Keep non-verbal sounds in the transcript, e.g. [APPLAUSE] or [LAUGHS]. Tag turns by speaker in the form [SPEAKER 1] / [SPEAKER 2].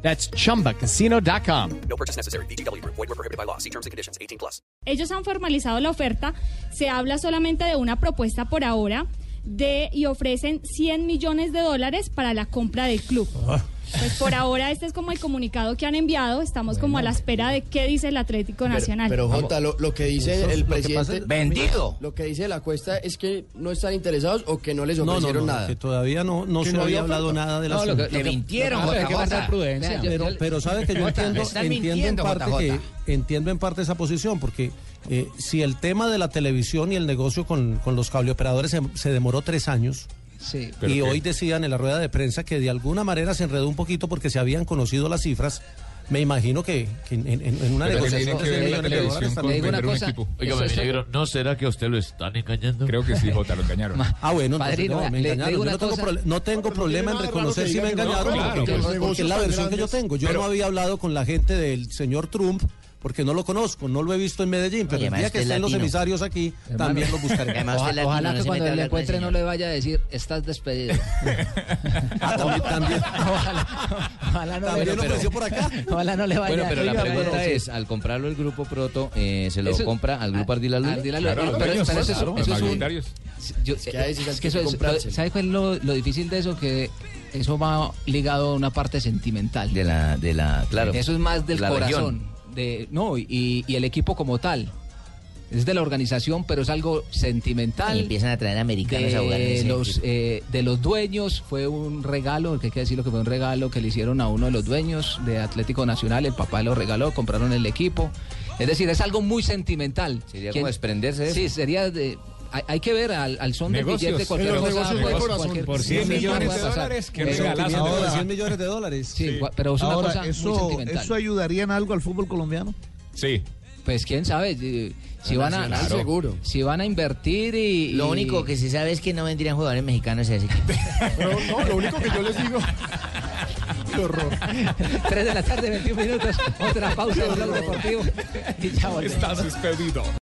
[SPEAKER 1] That's chumbacasino.com.
[SPEAKER 2] No purchase necessary. BGW. Void were prohibited by law. See terms and conditions. 18 plus.
[SPEAKER 3] Ellos han formalizado la oferta, se habla solamente de una propuesta por ahora de y ofrecen 100 millones de dólares para la compra del club. Pues por ahora este es como el comunicado que han enviado, estamos como a la espera de qué dice el Atlético Nacional.
[SPEAKER 4] Pero Jota, lo, lo que dice el presidente,
[SPEAKER 5] Bendito.
[SPEAKER 4] lo que dice la cuesta es que no están interesados o que no les
[SPEAKER 6] No, no,
[SPEAKER 4] ofrecieron
[SPEAKER 6] no,
[SPEAKER 4] nada.
[SPEAKER 6] que todavía no, no se
[SPEAKER 4] no había
[SPEAKER 6] había hablado
[SPEAKER 4] oferta.
[SPEAKER 6] nada de la
[SPEAKER 5] Le mintieron,
[SPEAKER 7] Ah, pero hay que
[SPEAKER 5] Jota,
[SPEAKER 7] guardar
[SPEAKER 5] Jota.
[SPEAKER 7] prudencia.
[SPEAKER 5] Vea, yo-
[SPEAKER 7] Pero-
[SPEAKER 6] Pero sabes que yo
[SPEAKER 5] Jota,
[SPEAKER 6] entiendo,
[SPEAKER 5] me están
[SPEAKER 6] entiendo en
[SPEAKER 5] mintiendo,
[SPEAKER 6] parte
[SPEAKER 5] JJ.
[SPEAKER 6] que entiendo en parte esa posición, porque eh, si el tema de la televisión y el negocio con, con los cableoperadores se, se demoró tres años.
[SPEAKER 7] Sí.
[SPEAKER 6] Y hoy decían en la rueda de prensa que de alguna manera se enredó un poquito porque se habían conocido las cifras. Me imagino que, que en, en- en una
[SPEAKER 8] Pero ¿qué
[SPEAKER 6] negociación
[SPEAKER 8] tiene que
[SPEAKER 6] de 100
[SPEAKER 8] ver la
[SPEAKER 6] millones de dólares
[SPEAKER 8] televisión con
[SPEAKER 6] también.
[SPEAKER 7] digo una
[SPEAKER 8] vender un
[SPEAKER 7] cosa,
[SPEAKER 8] equipo?
[SPEAKER 7] Oiga, Eso mi es todo. negro,
[SPEAKER 9] ¿no será que a usted lo están engañando?
[SPEAKER 8] Creo que sí, Jota, lo
[SPEAKER 7] [LAUGHS]
[SPEAKER 8] engañaron.
[SPEAKER 6] Ah, bueno, entonces
[SPEAKER 7] Padrino,
[SPEAKER 6] no, me
[SPEAKER 7] le- le
[SPEAKER 6] engañaron.
[SPEAKER 7] digo
[SPEAKER 6] Yo
[SPEAKER 7] una
[SPEAKER 6] no tengo,
[SPEAKER 7] cosa.
[SPEAKER 6] prole- no tengo problema en reconocer si me engañaron,
[SPEAKER 8] claro,
[SPEAKER 6] porque,
[SPEAKER 8] pues,
[SPEAKER 6] porque es la versión que yo tengo. Yo no había hablado con la gente del señor Trump, porque no lo conozco, no lo he visto en Medellín, pero el
[SPEAKER 5] además
[SPEAKER 6] día
[SPEAKER 5] este
[SPEAKER 6] que
[SPEAKER 5] es
[SPEAKER 6] estén los
[SPEAKER 5] latino.
[SPEAKER 6] emisarios aquí, también lo buscaré.
[SPEAKER 5] Además,
[SPEAKER 7] Oja-
[SPEAKER 5] usted latino,
[SPEAKER 7] ojalá
[SPEAKER 5] no
[SPEAKER 7] que
[SPEAKER 5] se
[SPEAKER 7] cuando
[SPEAKER 5] mete a
[SPEAKER 7] le
[SPEAKER 5] hablar con el
[SPEAKER 7] encuentre no
[SPEAKER 5] señor.
[SPEAKER 7] le vaya a decir, estás
[SPEAKER 8] [LAUGHS]
[SPEAKER 7] despedido.
[SPEAKER 6] Ah, también, también.
[SPEAKER 7] Ojalá, ojalá no le-
[SPEAKER 6] También lo
[SPEAKER 7] pero-
[SPEAKER 6] ofreció por acá.
[SPEAKER 7] Ojalá no le vaya
[SPEAKER 9] Bueno, pero la
[SPEAKER 7] oiga,
[SPEAKER 9] pregunta
[SPEAKER 7] pero-
[SPEAKER 9] es, al comprarlo el grupo Proto, eh, ¿se lo
[SPEAKER 7] Eso-
[SPEAKER 9] compra al grupo Ardila Luz?
[SPEAKER 7] Ardila Luz.
[SPEAKER 8] Claro,
[SPEAKER 7] Pero-
[SPEAKER 8] los
[SPEAKER 7] pero-
[SPEAKER 8] dueños,
[SPEAKER 7] pero eso es-
[SPEAKER 8] claro, los
[SPEAKER 7] eso es un-
[SPEAKER 8] mayoritarios.
[SPEAKER 7] Yo- eh,
[SPEAKER 4] que a veces hay
[SPEAKER 7] es
[SPEAKER 4] que
[SPEAKER 7] que eso, es-
[SPEAKER 4] comprárselo.
[SPEAKER 7] ¿Sabe cuál es lo, lo difícil de eso? Que eso va ligado a una parte sentimental.
[SPEAKER 9] De la, de la, claro.
[SPEAKER 7] Eso es más del
[SPEAKER 9] la
[SPEAKER 7] corazón.
[SPEAKER 9] región.
[SPEAKER 7] De, no, y, y el equipo como tal. Es de la organización, pero es algo sentimental.
[SPEAKER 5] Y empiezan a traer americanos a jugar en
[SPEAKER 7] de
[SPEAKER 5] ese
[SPEAKER 7] los,
[SPEAKER 5] equipo.
[SPEAKER 7] eh, de los dueños, fue un regalo, que hay que decirlo que fue un regalo que le hicieron a uno de los dueños de Atlético Nacional, el papá lo regaló, compraron el equipo. Es decir, es algo muy sentimental.
[SPEAKER 9] Sería
[SPEAKER 7] ¿Quién-
[SPEAKER 9] como desprenderse de
[SPEAKER 7] Sí,
[SPEAKER 9] eso.
[SPEAKER 7] sería de... Hay, hay que ver al, al son
[SPEAKER 8] Negocios.
[SPEAKER 7] del billete
[SPEAKER 4] En
[SPEAKER 7] cualquier
[SPEAKER 4] los
[SPEAKER 7] cosa.
[SPEAKER 4] negocios no hay
[SPEAKER 7] cualquier-
[SPEAKER 4] corazón.
[SPEAKER 7] cualquier-
[SPEAKER 4] Por
[SPEAKER 8] cien
[SPEAKER 7] sí,
[SPEAKER 8] millones
[SPEAKER 7] puede
[SPEAKER 8] de
[SPEAKER 7] pasar.
[SPEAKER 8] dólares, qué
[SPEAKER 7] Pero-
[SPEAKER 8] regalazo.
[SPEAKER 6] Ahora, 100 millones de dólares.
[SPEAKER 7] Sí, gua- pero es una
[SPEAKER 10] Ahora,
[SPEAKER 7] cosa
[SPEAKER 10] eso,
[SPEAKER 7] muy sentimental.
[SPEAKER 10] ¿eso ayudaría en algo al fútbol colombiano?
[SPEAKER 8] Sí.
[SPEAKER 7] Pues quién sabe, eh, si van a
[SPEAKER 4] Nacional, seguro.
[SPEAKER 7] si van a invertir y
[SPEAKER 5] Lo
[SPEAKER 7] y-
[SPEAKER 5] único
[SPEAKER 7] [LAUGHS]
[SPEAKER 5] que [LAUGHS] se sabe es que no vendrían jugadores mexicanos a
[SPEAKER 10] [LAUGHS]
[SPEAKER 5] ese equipo.
[SPEAKER 4] Pero no, lo único que yo les digo. Qué horror.
[SPEAKER 7] 3 de la tarde, 21 minutos, otra pausa en Blog Deportivo y ya volvemos.
[SPEAKER 8] Estás despedido.